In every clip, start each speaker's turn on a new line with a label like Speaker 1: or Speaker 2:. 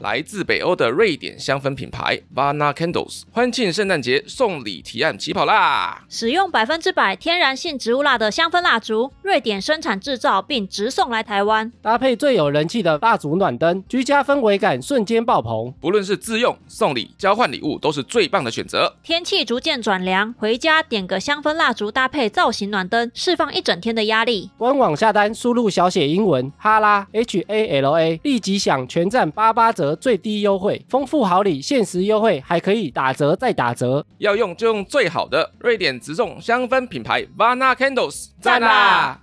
Speaker 1: 来自北欧的瑞典香氛品牌 Vana Candles，欢庆圣诞节送礼提案起跑啦！
Speaker 2: 使用百分之百天然性植物蜡的香氛蜡烛，瑞典生产制造并直送来台湾。
Speaker 3: 搭配最有人气的蜡烛暖灯，居家氛围感瞬间爆棚。
Speaker 1: 不论是自用、送礼、交换礼物，都是最棒的选择。
Speaker 2: 天气逐渐转凉，回家点个香氛蜡烛，搭配造型暖灯，释放一整天的压力。
Speaker 3: 官网下单输入小写英文哈拉 H A L A，立即享全站八八折最低优惠，丰富好礼，限时优惠，还可以打折再打折。
Speaker 1: 要用就用最好的瑞典直送香氛品牌 Vana Candles，
Speaker 3: 赞啦！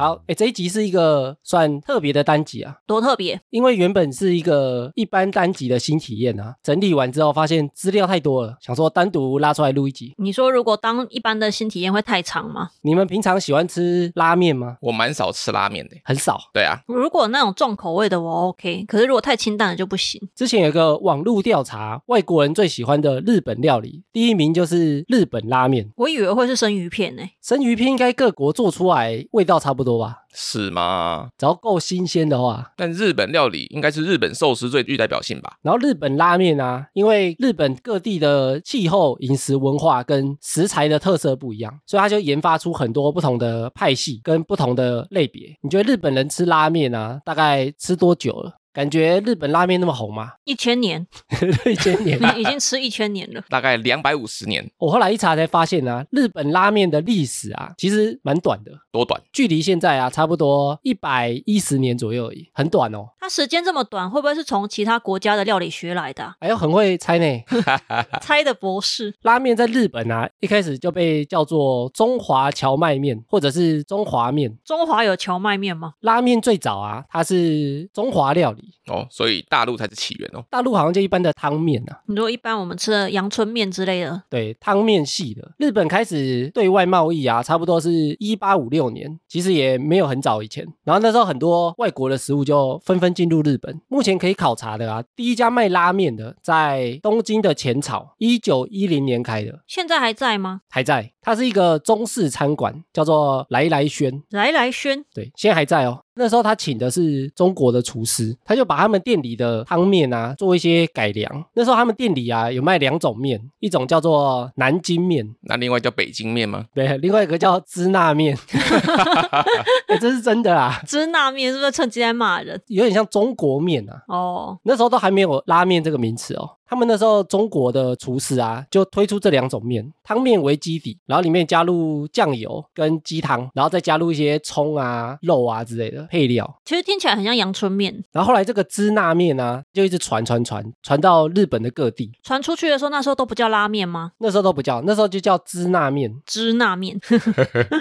Speaker 3: 好，哎、这一集是一个算特别的单集啊，
Speaker 2: 多特别！
Speaker 3: 因为原本是一个一般单集的新体验啊，整理完之后发现资料太多了，想说单独拉出来录一集。
Speaker 2: 你说如果当一般的新体验会太长吗？
Speaker 3: 你们平常喜欢吃拉面吗？
Speaker 1: 我蛮少吃拉面的。
Speaker 3: 很少。
Speaker 1: 对啊，
Speaker 2: 如果那种重口味的我 OK，可是如果太清淡的就不行。
Speaker 3: 之前有个网络调查，外国人最喜欢的日本料理，第一名就是日本拉面。
Speaker 2: 我以为会是生鱼片呢、
Speaker 3: 生鱼片应该各国做出来味道差不多吧？
Speaker 1: 是吗？
Speaker 3: 只要够新鲜的话，
Speaker 1: 但日本料理应该是日本寿司最具代表性吧？
Speaker 3: 然后日本拉面啊，因为日本各地的气候、饮食文化跟食材的特色不一样，所以它就研发出很多不同的派系跟不同的类别。你觉得日本人吃拉面啊，大概吃多久了？感觉日本拉面那么红吗？
Speaker 2: 一千年，
Speaker 3: 一千年。
Speaker 2: 已经吃一千年了。
Speaker 1: 大概两百五十年，
Speaker 3: 我后来一查才发现啊，日本拉面的历史啊，其实蛮短的，
Speaker 1: 多短？
Speaker 3: 距离现在啊差不多一百一十年左右而已，很短哦。
Speaker 2: 它时间这么短，会不会是从其他国家的料理学来的啊、
Speaker 3: 哎呦，很会猜呢。
Speaker 2: 猜的博士，
Speaker 3: 拉面在日本啊，一开始就被叫做中华荞麦面，或者是中华面。
Speaker 2: 中华有荞麦面吗？
Speaker 3: 拉面最早啊，它是中华料理，
Speaker 1: 哦，所以大陆才是起源哦。
Speaker 3: 大陆好像就一般的汤面啊，
Speaker 2: 你说一般我们吃的阳春面之类的，
Speaker 3: 对，汤面系的。日本开始对外贸易啊，差不多是一八五六年，其实也没有很早以前。然后那时候很多外国的食物就纷纷进入日本。目前可以考察的啊，第一家卖拉面的在东京的浅草，一九一零年开的，
Speaker 2: 现在还在吗？
Speaker 3: 还在。它是一个中式餐馆，叫做来来轩。
Speaker 2: 来来轩，
Speaker 3: 对，现在还在哦。那时候他请的是中国的厨师，他就把他们店里的汤面啊做一些改良。那时候他们店里啊有卖两种面，一种叫做南京面，
Speaker 1: 那另外叫北京面吗？
Speaker 3: 对，另外一个叫支那面。哎、这是真的啦，
Speaker 2: 支那面是不是趁机在骂人？
Speaker 3: 有点像中国面啊。
Speaker 2: 哦，
Speaker 3: 那时候都还没有拉面这个名词哦。他们那时候中国的厨师啊，就推出这两种面，汤面为基底，然后里面加入酱油跟鸡汤，然后再加入一些葱啊、肉啊之类的配料。
Speaker 2: 其实听起来很像阳春面。
Speaker 3: 然后后来这个支那面啊，就一直传传传传到日本的各地，
Speaker 2: 传出去的时候，那时候都不叫拉面吗？
Speaker 3: 那时候都不叫，那时候就叫支那面。
Speaker 2: 支那面，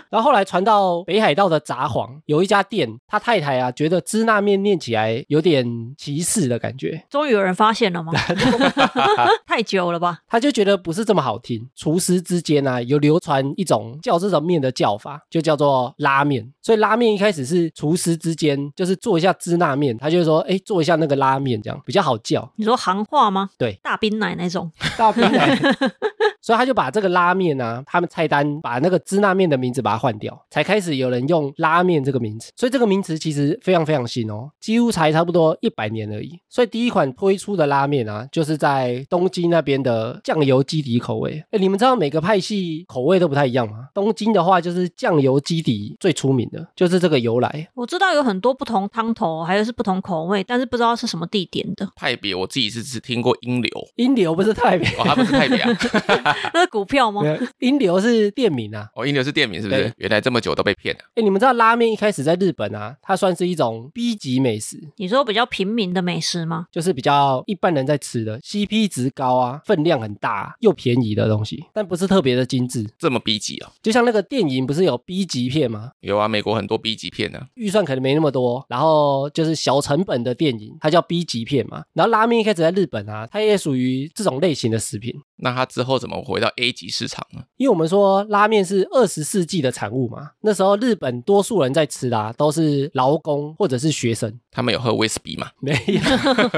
Speaker 3: 然后后来传到北海道的札幌，有一家店，他太太啊觉得支那面念起来有点歧视的感觉，
Speaker 2: 终于有人发现了吗？ 太久了吧？
Speaker 3: 他就觉得不是这么好听。厨师之间呢、啊，有流传一种叫这种面的叫法，就叫做拉面。所以拉面一开始是厨师之间，就是做一下支那面，他就会说，哎，做一下那个拉面，这样比较好叫。
Speaker 2: 你说行话吗？
Speaker 3: 对，
Speaker 2: 大冰奶那种，
Speaker 3: 大冰奶。 所以他就把这个拉面啊，他们菜单把那个支那面的名字把它换掉，才开始有人用拉面这个名字。所以这个名词其实非常非常新哦，几乎才差不多一百年而已。所以第一款推出的拉面啊，就是在东京那边的酱油基底口味。哎，你们知道每个派系口味都不太一样吗？东京的话就是酱油基底最出名的，就是这个由来。
Speaker 2: 我知道有很多不同汤头，还有是不同口味，但是不知道是什么地点的。
Speaker 1: 派别我自己是只听过英流，
Speaker 3: 英流不是太 平，
Speaker 1: 哦，它不是派别啊，
Speaker 2: 那是股票吗？
Speaker 3: 英流是店名啊。
Speaker 1: 哦，英流是店名是不是
Speaker 3: 对？
Speaker 1: 原来这么久都被骗了。
Speaker 3: 哎，你们知道拉面一开始在日本啊，它算是一种 B 级美食，
Speaker 2: 你说比较平民的美食吗？
Speaker 3: 就是比较一般人在吃的，CP 值高啊，分量很大、又便宜的东西，但不是特别的精致。
Speaker 1: 这么 B 级哦，
Speaker 3: 就像那个电影不是有 B 级片吗？
Speaker 1: 有啊，美国很多 B 级片呢、
Speaker 3: 预算可能没那么多，然后就是小成本的电影，它叫 B 级片嘛。然后拉面一开始在日本啊，它也属于这种类型的食品。
Speaker 1: 那它之后怎么回到 A 级市场呢？
Speaker 3: 因为我们说拉面是二十世纪的产物嘛，那时候日本多数人在吃啦、都是劳工或者是学生，
Speaker 1: 他们有喝威士忌嘛？
Speaker 3: 没有，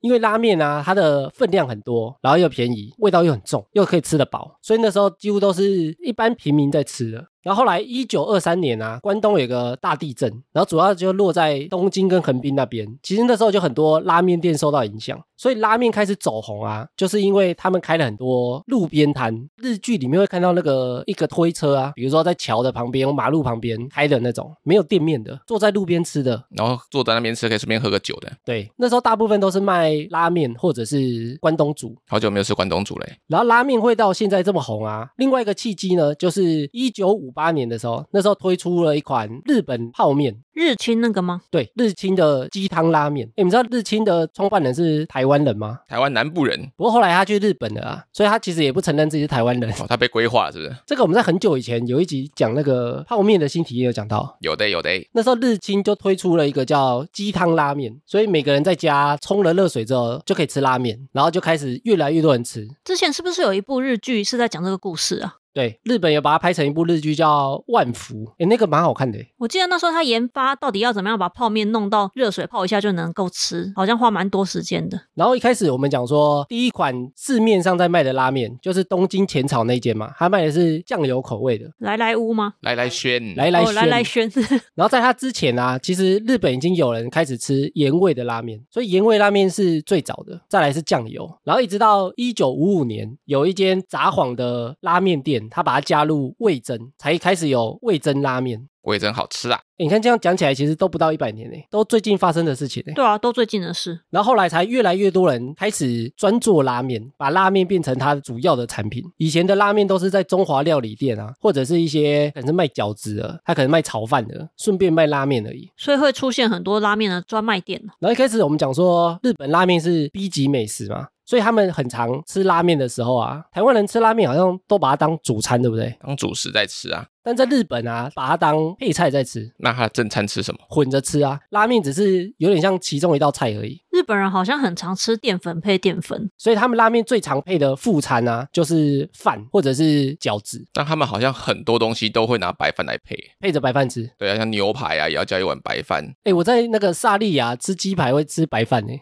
Speaker 3: 因为拉面啊，它的分量很多，然后又便宜，味道又很重，又可以吃得饱，所以那时候几乎都是一般平民在吃的。然后后来一九二三年啊，关东有个大地震，然后主要就落在东京跟横滨那边。其实那时候就很多拉面店受到影响，所以拉面开始走红啊，就是因为他们开了很多路边摊。日剧里面会看到那个一个推车啊，比如说在桥的旁边、或马路旁边开的那种，没有店面的，坐在路边吃的，
Speaker 1: 然后坐在那边吃，可以顺便喝个酒的。
Speaker 3: 对，那时候大部分都是卖拉面或者是关东煮，
Speaker 1: 好久没有吃关东煮欸嘞，
Speaker 3: 然后拉面会到现在这么红啊。另外一个契机呢，就是一九五八年的时候，那时候推出了一款日本泡面，
Speaker 2: 日清那个吗？
Speaker 3: 对，日清的鸡汤拉面。诶你们知道日清的创办人是台湾人吗？
Speaker 1: 台湾南部人
Speaker 3: 不过后来他去日本了啊，所以他其实也不承认自己是台湾人。
Speaker 1: 哦，他被规划了是不是？
Speaker 3: 这个我们在很久以前有一集讲那个泡面的新体验有讲到，
Speaker 1: 有的有的，
Speaker 3: 那时候日清就推出了一个叫鸡汤拉面，所以每个人在家冲了热水之后就可以吃拉面，然后就开始越来越多人吃。
Speaker 2: 之前是不是有一部日剧是在讲这个故事啊？
Speaker 3: 对，日本也把它拍成一部日剧叫《万福》，诶那个蛮好看的。欸
Speaker 2: 我记得那时候他研发到底要怎么样把泡面弄到热水泡一下就能够吃，好像花蛮多时间的。
Speaker 3: 然后一开始我们讲说，第一款市面上在卖的拉面就是东京浅草那一间嘛，它卖的是酱油口味的
Speaker 2: 来来屋吗？
Speaker 1: 来来轩，
Speaker 3: 来来
Speaker 2: 哦，来来
Speaker 3: 轩。
Speaker 2: 轩，
Speaker 3: 然后在它之前啊，其实日本已经有人开始吃盐味的拉面，所以盐味拉面是最早的，再来是酱油，然后一直到一九五五年，有一间札幌的拉面店，它把它加入味增，才开始有味增拉面。
Speaker 1: 味真好吃啊！
Speaker 3: 诶你看这样讲起来，其实都不到一百年呢，都最近发生的事情呢。
Speaker 2: 对啊，都最近的事。
Speaker 3: 然后后来才越来越多人开始专做拉面，把拉面变成它主要的产品。以前的拉面都是在中华料理店啊，或者是一些可能是卖饺子的，他可能卖炒饭的，顺便卖拉面而已。
Speaker 2: 所以会出现很多拉面的专卖店。哦
Speaker 3: 然后一开始我们讲说日本拉面是 B 级美食嘛，所以他们很常吃拉面的时候啊，台湾人吃拉面好像都把它当主餐，对不对？
Speaker 1: 当主食在吃啊，
Speaker 3: 但在日本啊，把它当配菜在吃，
Speaker 1: 那他正餐吃什么？
Speaker 3: 混着吃啊。拉面只是有点像其中一道菜而已。
Speaker 2: 日本人好像很常吃淀粉配淀粉，
Speaker 3: 所以他们拉面最常配的副餐啊，就是饭或者是饺子，
Speaker 1: 但他们好像很多东西都会拿白饭来配，欸
Speaker 3: 配着白饭吃。
Speaker 1: 对啊，像牛排啊，也要加一碗白饭。
Speaker 3: 哎，我在那个萨利亚吃鸡排会吃白饭呢、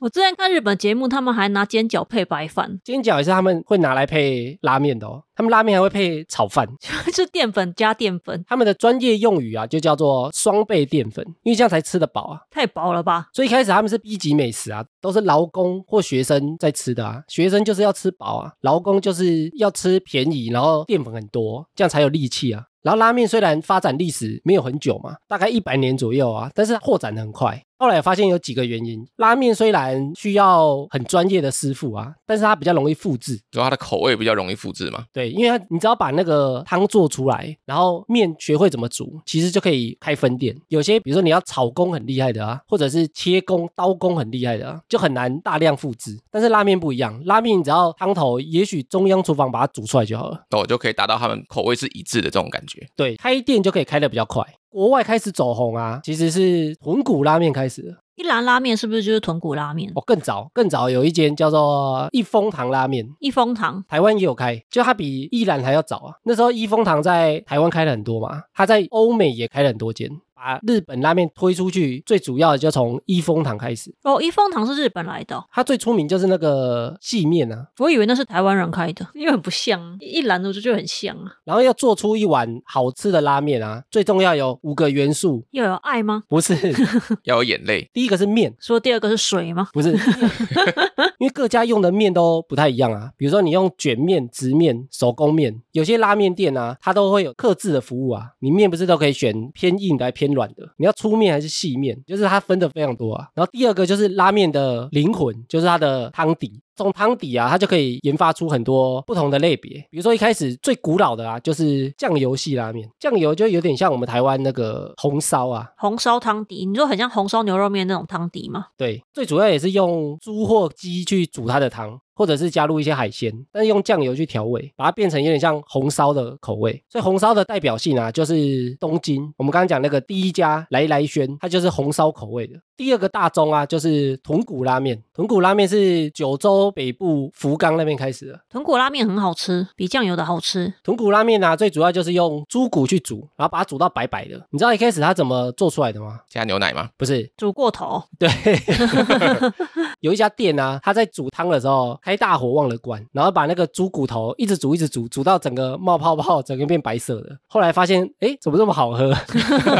Speaker 2: 我之前看日本节目，他们还拿煎饺配白饭，
Speaker 3: 煎饺也是他们会拿来配拉面的哦。他们拉面还会配炒饭，
Speaker 2: 就是淀粉加淀粉，
Speaker 3: 他们的专业用语啊就叫做双倍淀粉，因为这样才吃得饱啊。
Speaker 2: 太薄了吧？
Speaker 3: 所以一开始他们是 B 级美食啊，都是劳工或学生在吃的啊。学生就是要吃饱啊，劳工就是要吃便宜，然后淀粉很多，这样才有力气啊。然后拉面虽然发展历史没有很久嘛，大概一百年左右啊，但是扩展的很快。后来发现有几个原因，拉面虽然需要很专业的师傅啊，但是它比较容易复制。
Speaker 1: 主要它的口味比较容易复制嘛，
Speaker 3: 对，因为它你只要把那个汤做出来，然后面学会怎么煮，其实就可以开分店。有些比如说你要炒工很厉害的啊，或者是切工、刀工很厉害的啊，就很难大量复制。但是拉面不一样，拉面你只要汤头，也许中央厨房把它煮出来就好了。
Speaker 1: 那我哦就可以达到他们口味是一致的这种感觉。
Speaker 3: 对，开店就可以开得比较快。国外开始走红啊，其实是豚骨拉面开始的。
Speaker 2: 一兰拉面是不是就是豚骨拉面？
Speaker 3: 哦，更早更早有一间叫做一风堂拉面，
Speaker 2: 一风堂
Speaker 3: 台湾也有开，就它比一兰还要早啊。那时候一风堂在台湾开了很多嘛，它在欧美也开了很多间。把日本拉面推出去，最主要的就从一风堂开始。
Speaker 2: 哦，一风堂是日本来的哦、
Speaker 3: 它最出名就是那个细面啊，
Speaker 2: 我以为那是台湾人开的，因为很不像，啊一兰我就觉得很像啊。
Speaker 3: 然后要做出一碗好吃的拉面啊，最重要有五个元素，
Speaker 2: 又有爱吗？
Speaker 3: 不是
Speaker 1: 要有眼泪，
Speaker 3: 第一个是面，
Speaker 2: 说第二个是水吗？
Speaker 3: 不是， 因为各家用的面都不太一样啊。比如说你用卷面、直面、手工面，有些拉面店啊，它都会有克制的服务啊。你面不是都可以选偏硬的还偏软的？你要粗面还是细面？就是它分的非常多啊。然后第二个就是拉面的灵魂，就是它的汤底。从汤底啊，它就可以研发出很多不同的类别。比如说一开始最古老的啊，就是酱油系拉面，酱油就有点像我们台湾那个红烧啊，
Speaker 2: 红烧汤底，你说很像红烧牛肉面那种汤底吗？
Speaker 3: 对，最主要也是用猪或鸡去煮它的汤，或者是加入一些海鲜，但是用酱油去调味，把它变成有点像红烧的口味。所以红烧的代表性啊，就是东京，我们刚刚讲那个第一家来来轩，它就是红烧口味的。第二个大宗啊，就是豚骨拉面。豚骨拉面是九州欧北部福冈那边开始的。
Speaker 2: 豚骨拉面很好吃，比酱油的好吃。
Speaker 3: 豚骨拉面呢、啊最主要就是用猪骨去煮，然后把它煮到白白的。你知道一开始它怎么做出来的吗？
Speaker 1: 加牛奶吗？
Speaker 3: 不是，
Speaker 2: 煮过头，
Speaker 3: 对， 有一家店啊，他在煮汤的时候开大火忘了关，然后把那个猪骨头一直煮一直煮，煮到整个冒泡泡，整个变白色的。后来发现，哎，怎么这么好喝？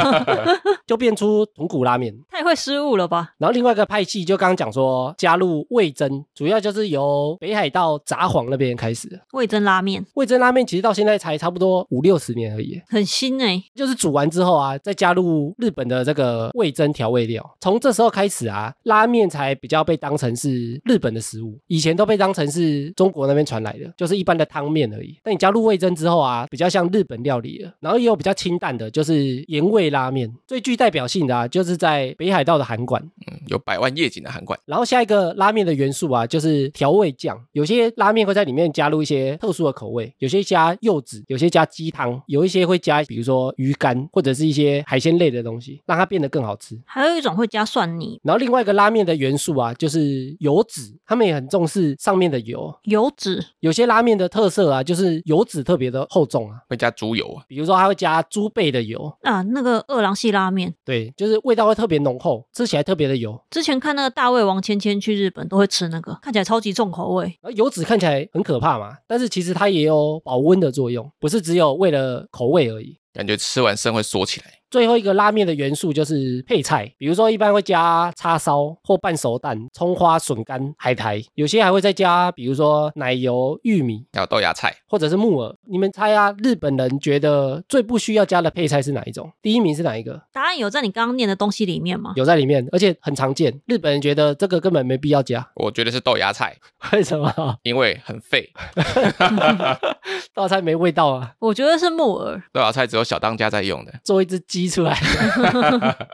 Speaker 3: 就变出豚骨拉面。
Speaker 2: 太会失误了吧？
Speaker 3: 然后另外一个派系就刚刚讲说加入味增，主要就是由北海道札幌那边开始的。
Speaker 2: 味增拉面
Speaker 3: 味增拉面其实到现在才差不多五六十年而已，
Speaker 2: 很新哎、
Speaker 3: 就是煮完之后啊，再加入日本的这个味增调味料。从这时候开始啊，拉面才比较被当成是日本的食物，以前都被当成是中国那边传来的，就是一般的汤面而已。但你加入味增之后啊，比较像日本料理了。然后也有比较清淡的，就是盐味拉面。最具代表性的啊，就是在北海道的函馆。
Speaker 1: 嗯，有百万夜景的韩馆，
Speaker 3: 然后下一个拉面的元素啊，就是调味酱。有些拉面会在里面加入一些特殊的口味，有些加柚子，有些加鸡汤，有一些会加比如说鱼干或者是一些海鲜类的东西，让它变得更好吃。
Speaker 2: 还有一种会加蒜泥、
Speaker 3: 然后另外一个拉面的元素啊，就是油脂，他们也很重视上面的油。
Speaker 2: 油脂、
Speaker 3: 有些拉面的特色啊，就是油脂特别的厚重啊，
Speaker 1: 会加猪油啊，
Speaker 3: 比如说它会加猪背的油，
Speaker 2: 啊，那个二郎系拉面。
Speaker 3: 对，就是味道会特别浓厚，吃起来特别的油。
Speaker 2: 之前看那个大胃王芊芊去日本都会吃那个，看起来超级重口味。
Speaker 3: 而油脂看起来很可怕嘛，但是其实它也有保温的作用，不是只有为了口味而已。
Speaker 1: 感觉吃完肾会缩起来。
Speaker 3: 最后一个拉面的元素就是配菜，比如说一般会加叉烧或半熟蛋、葱花、笋干、海苔，有些还会再加，比如说奶油、玉米
Speaker 1: 还有豆芽菜，
Speaker 3: 或者是木耳。你们猜啊，日本人觉得最不需要加的配菜是哪一种？第一名是哪一个？
Speaker 2: 答案有在你刚刚念的东西里面吗？
Speaker 3: 有在里面，而且很常见。日本人觉得这个根本没必要加，
Speaker 1: 我觉得是豆芽菜，
Speaker 3: 为 什么？
Speaker 1: 因为很废。
Speaker 3: 道菜没味道啊。
Speaker 2: 我觉得是木耳，
Speaker 1: 豆芽菜只有小当家在用的，
Speaker 3: 做一只鸡出来。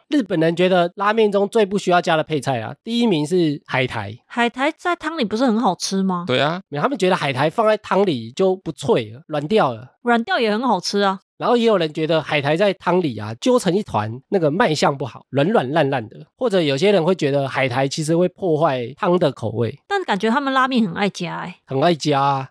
Speaker 3: 日本人觉得拉面中最不需要加的配菜啊，第一名是海苔。
Speaker 2: 海苔在汤里不是很好吃吗？
Speaker 1: 对啊，
Speaker 3: 没有他们觉得海苔放在汤里就不脆了，软掉了。
Speaker 2: 软掉也很好吃啊。
Speaker 3: 然后也有人觉得海苔在汤里啊揪成一团，那个卖相不好，软软烂烂的。或者有些人会觉得海苔其实会破坏汤的口味，
Speaker 2: 但感觉他们拉面很爱加、欸，
Speaker 3: 很爱加、啊。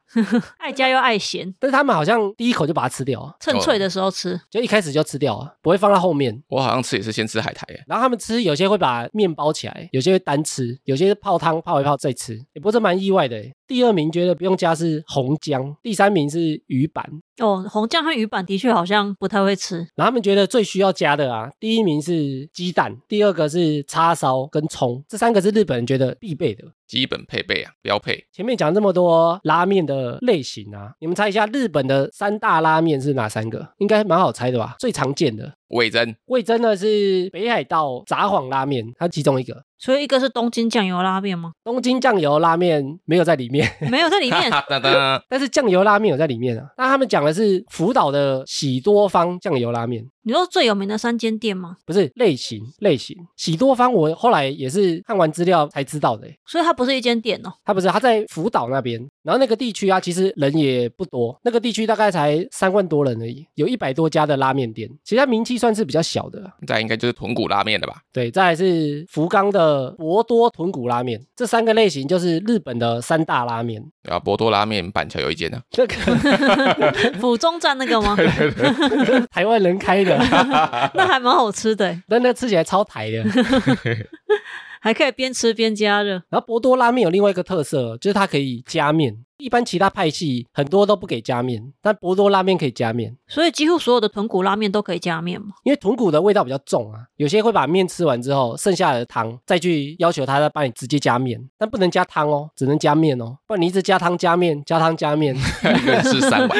Speaker 2: 爱加又爱咸，
Speaker 3: 但是他们好像第一口就把它吃掉啊，
Speaker 2: 趁脆的时候吃。
Speaker 3: 就一开始就吃掉啊，不会放到后面。
Speaker 1: 我好像吃也是先吃海苔耶，
Speaker 3: 然后他们吃，有些会把面包起来，有些会单吃，有些泡汤泡一泡再吃。也不是蛮意外的耶。第二名觉得不用加是红姜，第三名是鱼板。
Speaker 2: 哦，红酱和鱼板的确好像不太会吃。
Speaker 3: 然后他们觉得最需要加的啊，第一名是鸡蛋，第二个是叉烧跟葱，这三个是日本人觉得必备的。
Speaker 1: 基本配备啊，标配。
Speaker 3: 前面讲这么多拉面的类型啊，你们猜一下日本的三大拉面是哪三个？应该蛮好猜的吧？最常见的
Speaker 1: 味增、。
Speaker 3: 味增呢是北海道札幌拉面，它其中一个。
Speaker 2: 所以一个是东京酱油拉面吗？
Speaker 3: 东京酱油拉面没有在里面，
Speaker 2: 没有在里面
Speaker 1: 哒哒，
Speaker 3: 但是酱油拉面有在里面啊。那他们讲的是福岛的喜多方酱油拉面，
Speaker 2: 你说最有名的三间店吗？
Speaker 3: 不是类型类型。喜多方我后来也是看完资料才知道的欸、
Speaker 2: 所以它不是一间店 哦。
Speaker 3: 它不是，它在福岛那边，然后那个地区啊，其实人也不多，那个地区大概才三万多人而已，有一百多家的拉面店，其实它名气算是比较小的。啊
Speaker 1: 再应该就是豚骨拉面了吧？
Speaker 3: 对，再来是福冈的博多豚骨拉面，这三个类型就是日本的三大拉面。
Speaker 1: 对啊，博多拉面板桥有一间啊呢、
Speaker 3: 那个
Speaker 2: 府中站那个吗？
Speaker 3: 台湾人开的， 啊
Speaker 2: 那还蛮好吃的欸，
Speaker 3: 但那吃起来超台的。
Speaker 2: 还可以边吃边加热。
Speaker 3: 然后博多拉面有另外一个特色，就是它可以加面。一般其他派系很多都不给加面，但博多拉面可以加面，
Speaker 2: 所以几乎所有的豚骨拉面都可以加面嘛。
Speaker 3: 因为豚骨的味道比较重啊。有些会把面吃完之后，剩下的汤再去要求他再帮你直接加面，但不能加汤哦，只能加面哦，不然你一直加汤加面加汤加面
Speaker 1: 一个人吃三碗，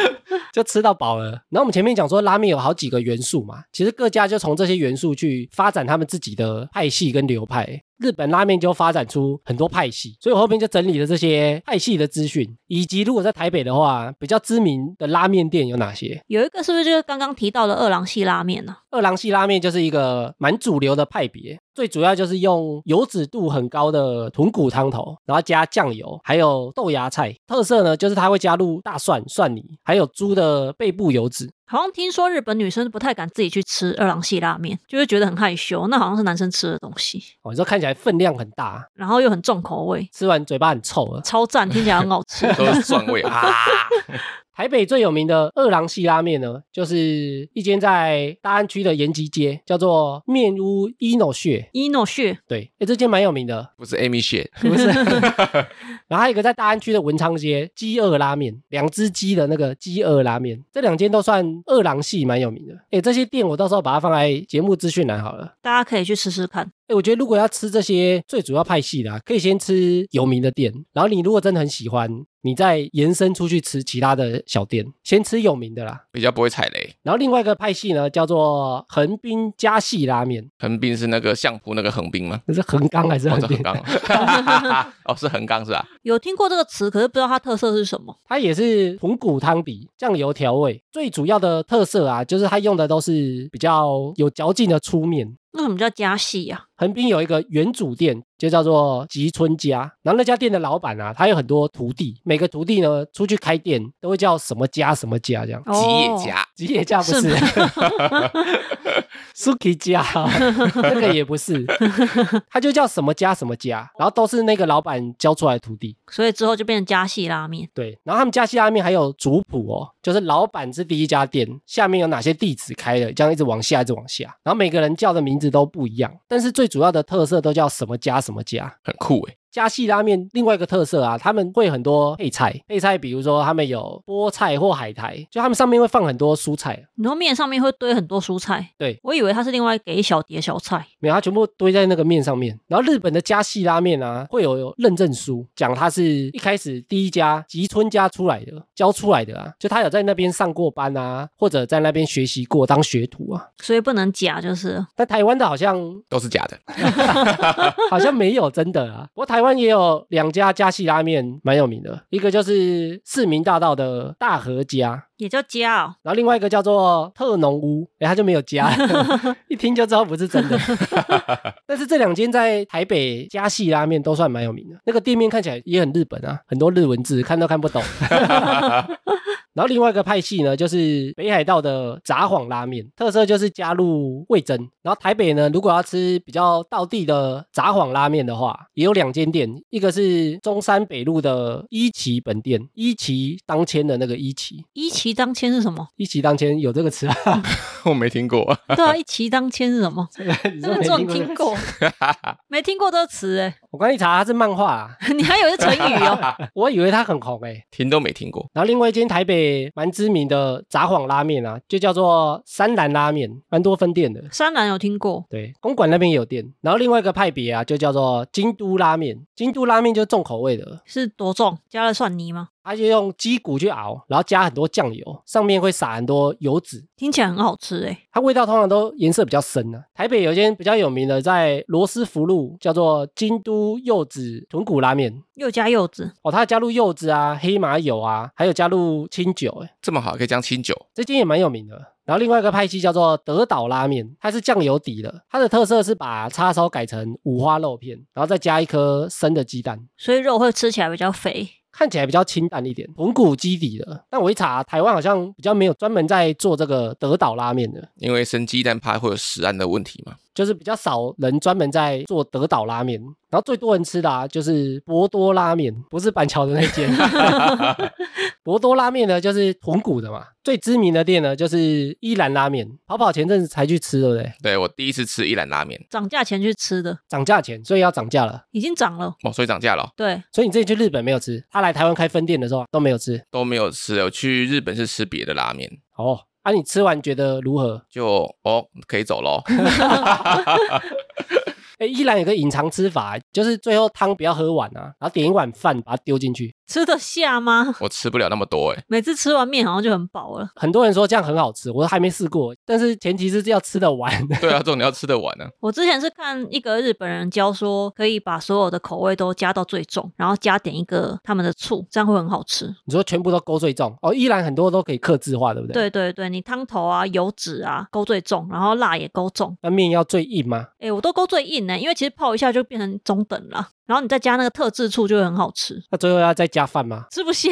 Speaker 3: 就吃到饱了。然后我们前面讲说拉面有好几个元素嘛，其实各家就从这些元素去发展他们自己的派系跟流派。日本拉面就发展出很多派系，所以我后面就整理了这些派系的资讯，以及如果在台北的话，比较知名的拉面店有哪些。
Speaker 2: 有一个是不是就是刚刚提到的二郎系拉面呢、
Speaker 3: 二郎系拉面就是一个蛮主流的派别，最主要就是用油脂度很高的豚骨汤头，然后加酱油，还有豆芽菜。特色呢就是它会加入大蒜、蒜泥，还有猪的背部油脂。
Speaker 2: 好像听说日本女生不太敢自己去吃二郎系拉面，就会觉得很害羞，那好像是男生吃的东西，
Speaker 3: 哦，你说看起来分量很大，
Speaker 2: 然后又很重口味，
Speaker 3: 吃完嘴巴很臭了。
Speaker 2: 超赞，听起来很好吃。
Speaker 1: 都是蒜味啊！
Speaker 3: 台北最有名的二郎系拉面呢，就是一间在大安区的延吉街，叫做面屋伊诺穴。
Speaker 2: 伊诺血
Speaker 3: 对，哎，这间蛮有名的，
Speaker 1: 不是 Amy shit，
Speaker 3: 不是。然后还有一个在大安区的文昌街鸡二拉面，两只鸡的那个鸡二拉面，这两间都算二郎系蛮有名的。哎，这些店我到时候把它放在节目资讯栏好了。
Speaker 2: 大家可以去吃吃看。
Speaker 3: 哎，我觉得如果要吃这些最主要派系的、啊，可以先吃有名的店，然后你如果真的很喜欢，你再延伸出去吃其他的小店，先吃有名的啦。
Speaker 1: 比较不会踩雷。
Speaker 3: 然后另外一个派系呢，叫做横滨加系拉面，
Speaker 1: 横滨是那个相扑那个横滨吗？
Speaker 3: 那是横纲还是
Speaker 1: 哦，
Speaker 3: 横
Speaker 1: 这横
Speaker 3: 滨？
Speaker 1: 纲哦，哦是横纲是吧？
Speaker 2: 有听过这个词，可是不知道它特色是什么。
Speaker 3: 它也是豚骨汤底，酱油调味，最主要的特色啊，就是它用的都是比较有嚼劲的粗面。
Speaker 2: 那什么叫加系啊呀、
Speaker 3: 横滨有一个原主店，就叫做吉村家。然后那家店的老板啊，他有很多徒弟，每个徒弟呢出去开店都会叫什么家什么家这
Speaker 2: 哦
Speaker 3: 样。
Speaker 1: 吉野家
Speaker 3: 吉野家不是
Speaker 2: 是
Speaker 3: ，Suki 家啊那个也不是，他就叫什么家什么家，然后都是那个老板教出来的徒弟。
Speaker 2: 所以之后就变成加系拉面。
Speaker 3: 对，然后他们家系拉面还有族谱哦，就是老板是第一家店，下面有哪些地址开的，这样一直往下，一直往下，然后每个人叫的名字都不一样，但是最主要的特色都叫什么家什么家。
Speaker 1: 很酷哎，
Speaker 3: 家系拉面另外一个特色啊，他们会很多配菜，配菜比如说他们有菠菜或海苔，就他们上面会放很多蔬菜，
Speaker 2: 你说面上面会堆很多蔬菜，
Speaker 3: 对
Speaker 2: 我以为它是另外给一小碟小菜。
Speaker 3: 没有，它全部堆在那个面上面。然后日本的家系拉面啊，会有认证书，讲它是一开始第一家吉村家出来的，教出来的啊，就他有在那边上过班啊，或者在那边学习过当学徒啊。
Speaker 2: 所以不能假，就是
Speaker 3: 但台湾的好像
Speaker 1: 都是假的。
Speaker 3: 好像没有真的啊。不过台湾也有两家家系拉面蛮有名的，一个就是市民大道的大和家。
Speaker 2: 也叫家哦。
Speaker 3: 然后另外一个叫做特农屋，哎，他就没有加，一听就知道不是真的。 但是这两间在台北家系拉面都算蛮有名的，那个店面看起来也很日本啊，很多日文字看都看不懂。 然后另外一个派系呢，就是北海道的札幌拉面，特色就是加入味噌。然后台北呢，如果要吃比较道地的札幌拉面的话，也有两间店，一个是中山北路的伊崎本店，伊崎当千的那个伊崎，？
Speaker 2: 一骑当千是 什么
Speaker 3: 一骑当千有这个 词啊？
Speaker 1: 我没听过，
Speaker 2: 对啊，一骑当千是什么？
Speaker 3: 你
Speaker 2: 那
Speaker 3: 说
Speaker 2: 个这种
Speaker 3: 没过这
Speaker 2: 听
Speaker 3: 个
Speaker 2: 过，没听过这个词哎，
Speaker 3: 我刚一查，它是漫画、啊，
Speaker 2: 你还以为是成语哦？
Speaker 3: 我以为它很红诶、欸
Speaker 1: 听都没听过。
Speaker 3: 然后另外一间台北蛮知名的札幌拉面啊，就叫做三兰拉面，蛮多分店的。
Speaker 2: 山南有听过，
Speaker 3: 对，公馆那边也有店。然后另外一个派别啊，就叫做京都拉面。京都拉面就是重口味的，
Speaker 2: 是多重？加了蒜泥吗？
Speaker 3: 它就用鸡骨去熬，然后加很多酱油，上面会撒很多油脂，
Speaker 2: 听起来很好吃哎，
Speaker 3: 它味道通常都颜色比较深啊。台北有一间比较有名的，在罗斯福路叫做京都柚子豚骨拉面。
Speaker 2: 又加柚子，
Speaker 3: 哦，它加入柚子啊、黑麻油啊，还有加入清酒，哎，
Speaker 1: 这么好，可以这样清酒，
Speaker 3: 这间也蛮有名的。然后另外一个派系叫做德岛拉面，它是酱油底的，它的特色是把叉烧改成五花肉片，然后再加一颗生的鸡蛋，
Speaker 2: 所以肉会吃起来比较肥。
Speaker 3: 看起来比较清淡一点，豚骨基底的。但我一查，台湾好像比较没有专门在做这个德岛拉面的，
Speaker 1: 因为生鸡蛋怕会有食安的问题嘛。
Speaker 3: 就是比较少人专门在做德岛拉面。然后最多人吃的啊，就是博多拉面，不是板桥的那间。博多拉面呢，就是豚骨的嘛。最知名的店呢，就是伊兰拉面。跑跑前阵子才去吃，对不对？
Speaker 1: 对我第一次吃一兰拉面，
Speaker 2: 涨价前去吃的，
Speaker 3: 涨价前，所以要涨价了。
Speaker 2: 已经涨了。
Speaker 1: 哦，所以涨价了哦、
Speaker 2: 对，
Speaker 3: 所以你之前去日本没有吃，他来台湾开分店的时候啊都没有吃。
Speaker 1: 都没有吃。我去日本是吃别的拉面，
Speaker 3: 哦，啊，你吃完觉得如何？
Speaker 1: 就哦可以走喽。
Speaker 3: 哎，依然有个隐藏吃法，就是最后汤不要喝完啊，然后点一碗饭把它丢进去。
Speaker 2: 吃得下吗？
Speaker 1: 我吃不了那么多哎、
Speaker 2: 每次吃完面好像就很饱了。
Speaker 3: 很多人说这样很好吃，我都还没试过，但是前提是要吃得完。
Speaker 1: 对啊，这种你要吃得完啊。
Speaker 2: 我之前是看一个日本人教说，可以把所有的口味都加到最重，然后加点一个他们的醋，这样会很好吃。
Speaker 3: 你说全部都勾最重哦，依然很多都可以克制化，对不对？。
Speaker 2: 对对对，你汤头啊、油脂啊勾最重，然后辣也勾重。
Speaker 3: 那面要最硬吗？
Speaker 2: 诶，我都勾最硬呢、因为其实泡一下就变成中等了，然后你再加那个特制醋就会很好吃，
Speaker 3: 那最后要再加饭吗？
Speaker 2: 吃不下。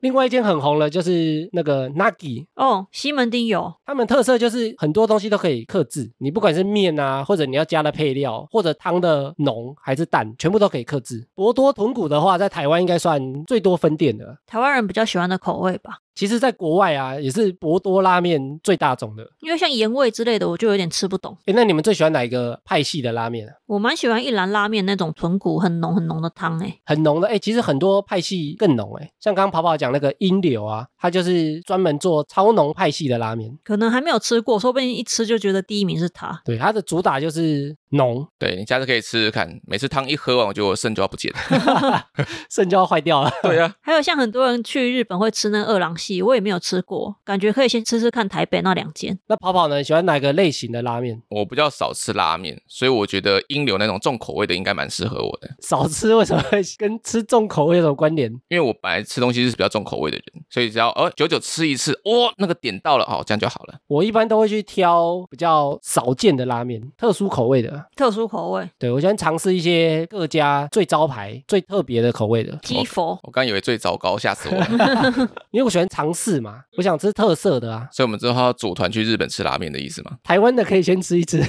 Speaker 3: 另外一间很红了，就是那个 Nagi，
Speaker 2: 哦，西门町有，
Speaker 3: 他们特色就是很多东西都可以克制，你不管是面啊，或者你要加的配料，或者汤的浓还是淡，全部都可以克制。博多豚骨的话，在台湾应该算最多分店的。
Speaker 2: 台湾人比较喜欢的口味吧。
Speaker 3: 其实，在国外啊，也是博多拉面最大众的。
Speaker 2: 因为像盐味之类的，我就有点吃不懂。
Speaker 3: 诶，那你们最喜欢哪一个派系的拉面啊？
Speaker 2: 我蛮喜欢一兰拉面那种豚骨很浓很浓的汤诶、
Speaker 3: 很浓的，哎、其实很多派系更浓，哎，像刚刚跑跑讲那个英流啊，它就是专门做超浓派系的拉面，
Speaker 2: 可能还没有吃过，说不定一吃就觉得第一名是它。
Speaker 3: 对，它的主打就是浓，
Speaker 1: 对你下次可以吃吃看，每次汤一喝完，我觉得我肾就要不 见了。
Speaker 3: 肾就要坏掉了。
Speaker 1: 对啊，
Speaker 2: 还有像很多人去日本会吃那个二郎系，我也没有吃过，感觉可以先吃吃看台北那两间。
Speaker 3: 那跑跑呢，喜欢哪个类型的拉面？
Speaker 1: 我比较少吃拉面，所以我觉得英流那种重口味的应该蛮适合我的，
Speaker 3: 少吃为什么会跟吃重口味有什么关联？
Speaker 1: 因为我本来吃东西是比较重口味的人，所以只要呃久久吃一次，哦，那个点到了哦，这样就好了。
Speaker 3: 我一般都会去挑比较少见的拉面，特殊口味的。
Speaker 2: 特殊口味
Speaker 3: 对我喜欢尝试一些各家最招牌、最特别的口味的，
Speaker 2: 鸡佛，
Speaker 1: 我刚以为最糟糕，吓死我了。
Speaker 3: 因为我喜欢尝试嘛，我想吃特色的啊。
Speaker 1: 所以我们之后要组团去日本吃拉面的意思 吗？
Speaker 3: 台湾的可以先吃一吃，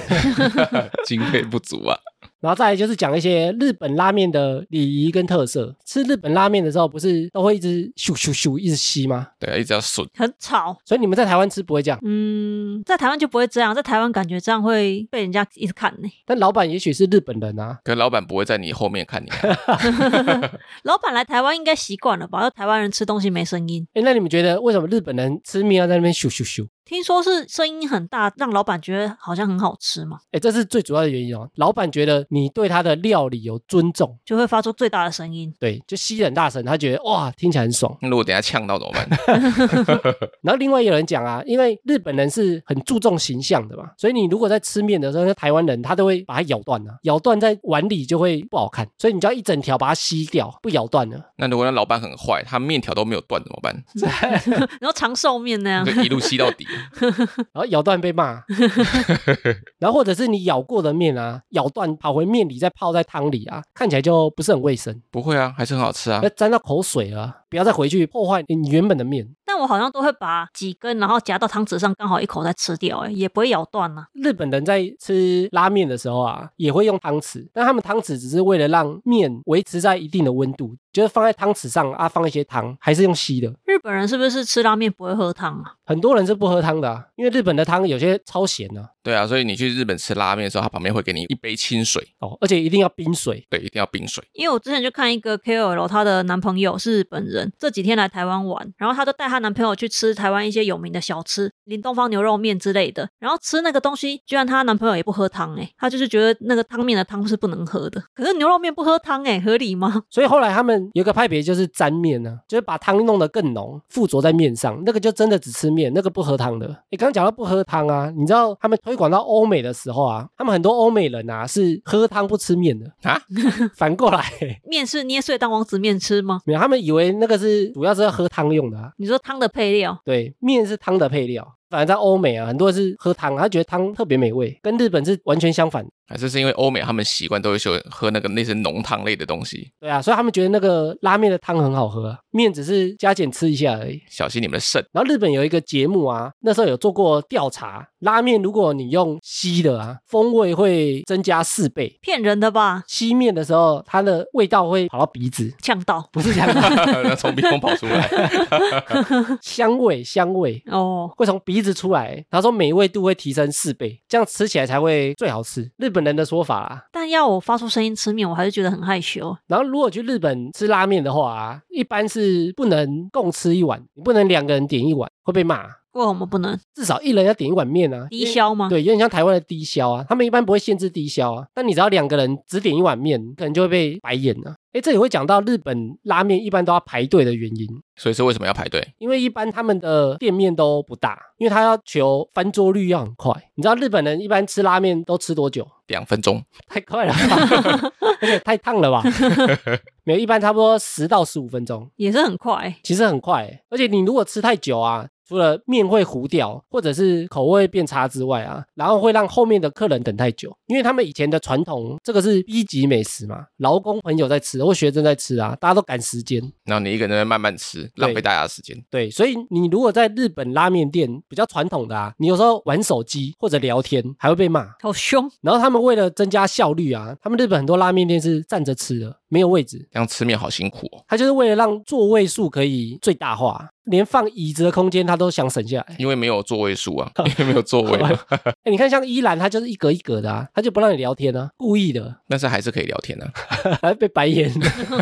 Speaker 1: 经费不足啊。
Speaker 3: 然后再来就是讲一些日本拉面的礼仪跟特色。吃日本拉面的时候，不是都会一直咻咻咻一直吸吗？
Speaker 1: 对啊，一直要吮，
Speaker 2: 很吵。
Speaker 3: 所以你们在台湾吃不会这样，
Speaker 2: 嗯，在台湾就不会这样，在台湾感觉这样会被人家一直看 呢、
Speaker 3: 但老板也许是日本人啊，
Speaker 1: 可是老板不会在你后面看你、啊。
Speaker 2: 老板来台湾应该习惯了吧？要台湾人吃东西没声音，
Speaker 3: 哎，那你们觉得为什么日本人吃面要在那边咻咻咻？
Speaker 2: 听说是声音很大，让老板觉得好像很好吃嘛，
Speaker 3: 哎，这是最主要的原因哦。老板觉得你对他的料理有尊重，
Speaker 2: 就会发出最大的声音。
Speaker 3: 对，就吸得很大声，他觉得哇听起来很爽。
Speaker 1: 那如果等一下呛到怎么办？
Speaker 3: 然后另外也有人讲啊，因为日本人是很注重形象的嘛，所以你如果在吃面的时候，那台湾人他都会把它咬断啊，咬断在碗里就会不好看，所以你就要一整条把它吸掉，不咬 断了。
Speaker 1: 那如果那老板很坏，他面条都没有断怎么办？
Speaker 2: 然后长寿面那 样，
Speaker 1: 就一路吸到底。
Speaker 3: 然后咬断被骂，然后或者是你咬过的面啊，咬断跑回面里再泡在汤里啊，看起来就不是很卫生，
Speaker 1: 不会啊，还是很好吃啊
Speaker 3: 那。沾到口水了啊，不要再回去破坏你原本的面。
Speaker 2: 但我好像都会把几根，然后夹到汤匙上，刚好一口再吃掉、欸，也不会咬断呐、
Speaker 3: 日本人在吃拉面的时候啊，也会用汤匙，但他们汤匙只是为了让面维持在一定的温度，就是放在汤匙上啊，放一些汤，还是用吸的。
Speaker 2: 日本人是不是吃拉面不会喝汤啊？
Speaker 3: 很多人是不喝汤的、啊，因为日本的汤有些超咸的、啊、
Speaker 1: 对啊，所以你去日本吃拉面的时候，它旁边会给你一杯清水，
Speaker 3: 哦，而且一定要冰水。
Speaker 1: 对，一定要冰水。
Speaker 2: 因为我之前就看一个 KOL，她的男朋友是日本人，这几天来台湾玩，然后她就带她男朋友去吃台湾一些有名的小吃，林东方牛肉面之类的。然后吃那个东西，居然她男朋友也不喝汤、欸，她就是觉得那个汤面的汤是不能喝的。可是牛肉面不喝汤、欸，合理吗？
Speaker 3: 所以后来他们有一个派别就是沾面呢、啊，就是把汤弄得更浓，附着在面上。那个就真的只吃面，那个不喝汤的。你刚刚讲到不喝汤啊，你知道他们推广到欧美的时候啊，他们很多欧美人啊是喝汤不吃面的
Speaker 1: 啊，
Speaker 3: 反过来，
Speaker 2: 面是捏碎当王子面吃吗？
Speaker 3: 没有他们以为那个是主要是要喝汤用的啊，
Speaker 2: 你说汤的配料，
Speaker 3: 对，面是汤的配料。反而在欧美啊，很多人是喝汤，他觉得汤特别美味，跟日本是完全相反。
Speaker 1: 还是是因为欧美他们习惯都会喜欢喝那个类似浓汤类的东西，
Speaker 3: 对啊，所以他们觉得那个拉面的汤很好喝啊、面只是加减吃一下而已。
Speaker 1: 小心你们的肾。
Speaker 3: 然后日本有一个节目啊，那时候有做过调查，拉面如果你用吸的啊，风味会增加四倍。
Speaker 2: 骗人的吧？
Speaker 3: 吸面的时候，它的味道会跑到鼻子，
Speaker 2: 呛到
Speaker 3: 不是香
Speaker 1: 那从鼻孔跑出来，
Speaker 3: 香味，香味
Speaker 2: 哦。
Speaker 3: 会从鼻子出来。他说美味度会提升四倍，这样吃起来才会最好吃。日本人的说法啦。
Speaker 2: 但要我发出声音吃面，我还是觉得很害羞。
Speaker 3: 然后如果去日本吃拉面的话啊，一般是不能共吃一碗，你不能两个人点一碗，会被骂。
Speaker 2: 为什么不能
Speaker 3: 至少一人要点一碗面啊，
Speaker 2: 低消吗？
Speaker 3: 对，有点像台湾的低消啊，他们一般不会限制低消啊，但你只要两个人只点一碗面，可能就会被白眼了、啊。哎，这也会讲到日本拉面一般都要排队的原因，
Speaker 1: 所以说为什么要排队？
Speaker 3: 因为一般他们的店面都不大，因为他要求翻桌率要很快。你知道日本人一般吃拉面都吃多久？
Speaker 1: 两分钟，
Speaker 3: 太快了吧，而且太烫了吧？ 没有，一般差不多十到十五分钟，
Speaker 2: 也是很快，
Speaker 3: 其实很快、欸而且你如果吃太久啊。除了面会糊掉，或者是口味变差之外啊，然后会让后面的客人等太久，因为他们以前的传统，这个是一级美食嘛，劳工朋友在吃或学生在吃啊，大家都赶时间，
Speaker 1: 然后你一个人在那边慢慢吃，浪费大家的时间。
Speaker 3: 对，所以你如果在日本拉面店比较传统的啊，你有时候玩手机或者聊天还会被骂。
Speaker 2: 好凶，
Speaker 3: 然后他们为了增加效率啊，他们日本很多拉面店是站着吃的，没有位置，
Speaker 1: 这样吃面好辛苦哦，
Speaker 3: 他就是为了让座位数可以最大化，连放椅子的空间他都想省下来。
Speaker 1: 因为没有座位数啊，因为没有座位嘛，
Speaker 3: 哎，你看像依兰，他就是一格一格的啊，他就不让你聊天啊，故意的，
Speaker 1: 但是还是可以聊天啊。
Speaker 3: 还被白眼，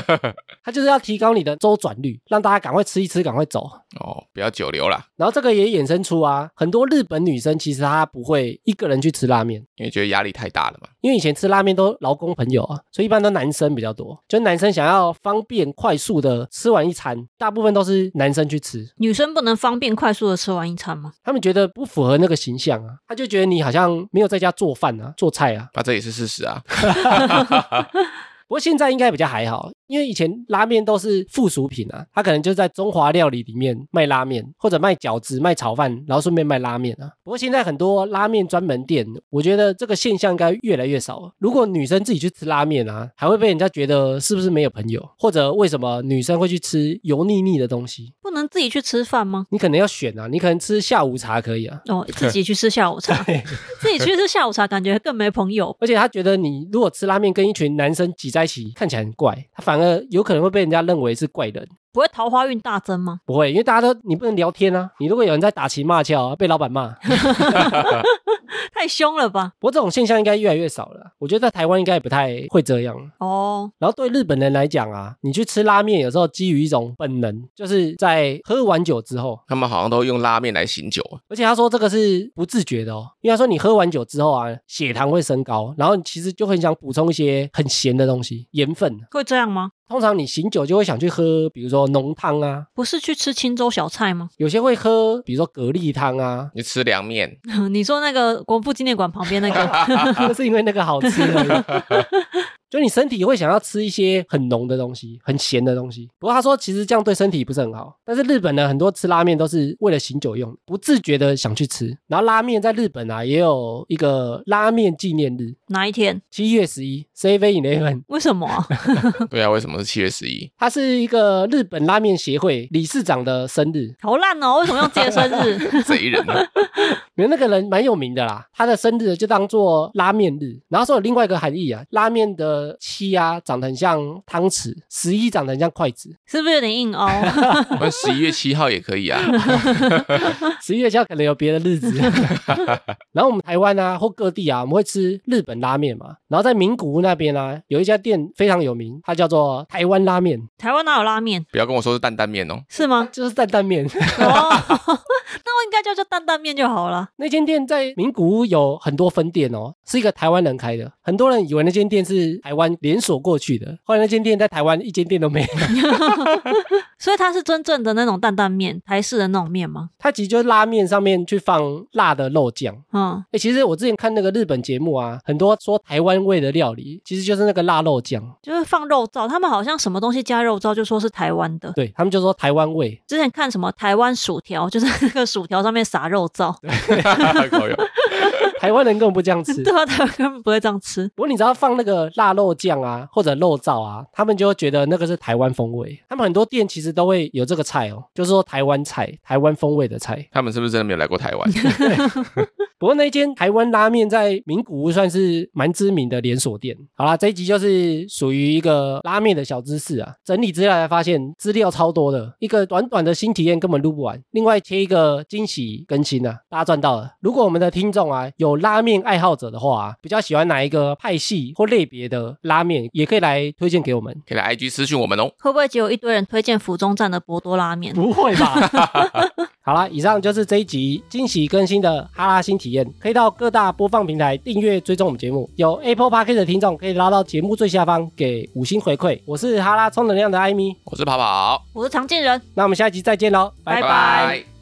Speaker 3: 他就是要提高你的周转率，让大家赶快吃一吃，赶快走。
Speaker 1: 哦，不要久留啦，
Speaker 3: 然后这个也衍生出啊，很多日本女生其实她不会一个人去吃拉面，
Speaker 1: 因为觉得压力太大了嘛。
Speaker 3: 因为以前吃拉面都劳工朋友啊，所以一般都男生比较多，就男生想要方便快速的吃完一餐，大部分都是男生去吃，
Speaker 2: 女生不能方便快速的吃完一餐吗？
Speaker 3: 他们觉得不符合那个形象啊，他就觉得你好像没有在家做饭啊，做菜啊。
Speaker 1: 那、这也是事实啊。
Speaker 3: 不过现在应该比较还好，因为以前拉面都是附属品啊，它可能就在中华料理里面卖拉面，或者卖饺子、卖炒饭，然后顺便卖拉面啊。不过现在很多拉面专门店，我觉得这个现象应该越来越少了。如果女生自己去吃拉面啊，还会被人家觉得是不是没有朋友，或者为什么女生会去吃油腻腻的东西？
Speaker 2: 不能自己去吃饭吗？
Speaker 3: 你可能要选啊，你可能吃下午茶可以啊，
Speaker 2: 哦，自己去吃下午茶，自己去吃下午茶，感觉更没朋友。
Speaker 3: 而且他觉得你如果吃拉面跟一群男生挤在一起，看起来很怪，他反而有可能会被人家认为是怪人。
Speaker 2: 不会桃花运大增吗？
Speaker 3: 不会，因为大家都你不能聊天啊，你如果有人在打情骂俏、啊，被老板骂。
Speaker 2: 太凶了吧？
Speaker 3: 不过这种现象应该越来越少了，我觉得在台湾应该也不太会这样。
Speaker 2: 哦，
Speaker 3: 然后对日本人来讲啊，你去吃拉面有时候基于一种本能，就是在喝完酒之后，
Speaker 1: 他们好像都用拉面来醒酒啊，，
Speaker 3: 而且他说这个是不自觉的哦，因为他说你喝完酒之后啊，血糖会升高，然后你其实就很想补充一些很咸的东西，盐分。
Speaker 2: 会这样吗？
Speaker 3: 通常你醒酒就会想去喝，比如说浓汤啊，
Speaker 2: 不是去吃青州小菜吗？
Speaker 3: 有些会喝，比如说蛤蜊汤啊
Speaker 1: 你吃凉 面，
Speaker 2: 你说那个国父纪念馆旁边那个，
Speaker 3: 那是因为那个好吃而已。就你身体会想要吃一些很浓的东西，很咸的东西。不过他说，其实这样对身体不是很好。但是日本呢，很多吃拉面都是为了醒酒用，不自觉的想去吃。然后拉面在日本啊，也有一个拉面纪念日，
Speaker 2: 哪一天？
Speaker 3: 七月十一 （Seven Eleven）。
Speaker 2: 为什么啊、
Speaker 1: 对啊，为什么是七月十一？
Speaker 3: 它是一个日本拉面协会理事长的生日，
Speaker 2: 好烂哦！为什么用自己的生日？
Speaker 1: 贼人啊！
Speaker 3: 没有那个人蛮有名的啦。他的生日就当做拉面日，然后说有另外一个含义啊，拉面的七啊长得很像汤匙，十一长得很像筷子，
Speaker 2: 是不是有点硬凹？
Speaker 1: 那十一月七号也可以啊，
Speaker 3: 十一月七号可能有别的日子。 然后我们台湾啊，或各地啊，我们会吃日本拉面嘛。然后在名古屋那边啊，有一家店非常有名，它叫做台湾拉面，
Speaker 2: 台湾哪有拉面？
Speaker 1: 不要跟我说是担担面 哦。
Speaker 2: 是吗？
Speaker 3: 就是担担
Speaker 2: 哦，
Speaker 3: 面。
Speaker 2: 那我应该叫叫担担面就好了。
Speaker 3: 那间店在名古屋有很多分店哦，是一个台湾人开的。很多人以为那间店是台湾连锁过去的，后来那间店在台湾一间店都没有。
Speaker 2: 所以它是真正的那种担担面，台式的那种面吗？
Speaker 3: 它其实就是拉面上面去放辣的肉酱。
Speaker 2: 嗯，
Speaker 3: 哎，其实我之前看那个日本节目啊，很多说台湾味的料理，其实就是那个辣肉酱。
Speaker 2: 就是放肉燥，他们好像什么东西加肉燥就说是台湾的。
Speaker 3: 对他们就说台湾味，
Speaker 2: 之前看什么台湾薯条，就是那个薯条上面撒肉燥，
Speaker 1: 靠哟
Speaker 3: 台湾人根本不这样吃。
Speaker 2: 对啊，台湾根本不会这样吃。
Speaker 3: 不过你只要放那个辣肉酱啊，或者肉燥啊，他们就会觉得那个是台湾风味。他们很多店其实都会有这个菜哦，就是说台湾菜、台湾风味的菜。
Speaker 1: 他们是不是真的没有来过台湾？
Speaker 3: 不过那间台湾拉面在名古屋算是蛮知名的连锁店。好啦，这一集就是属于一个拉面的小知识啊。整理资料才发现资料超多的，一个短短的新体验根本录不完。另外切一个惊喜更新啊，大家赚到了。如果我们的听众啊有拉面爱好者的话、啊，比较喜欢哪一个派系或类别的拉面，也可以来推荐给我们。
Speaker 1: 可以来 IG 私讯我们哦。
Speaker 2: 会不会只有一堆人推荐府中站的博多拉面？
Speaker 3: 不会吧？ 好啦，以上就是这一集惊喜更新的哈拉新体验，可以到各大播放平台订阅追踪我们节目。有 Apple Park 的听众可以拉到节目最下方给五星回馈。我是哈拉充能量的艾米，
Speaker 1: 我是跑跑，
Speaker 2: 我是常进人，
Speaker 3: 那我们下一集再见喽，拜拜。
Speaker 2: 拜拜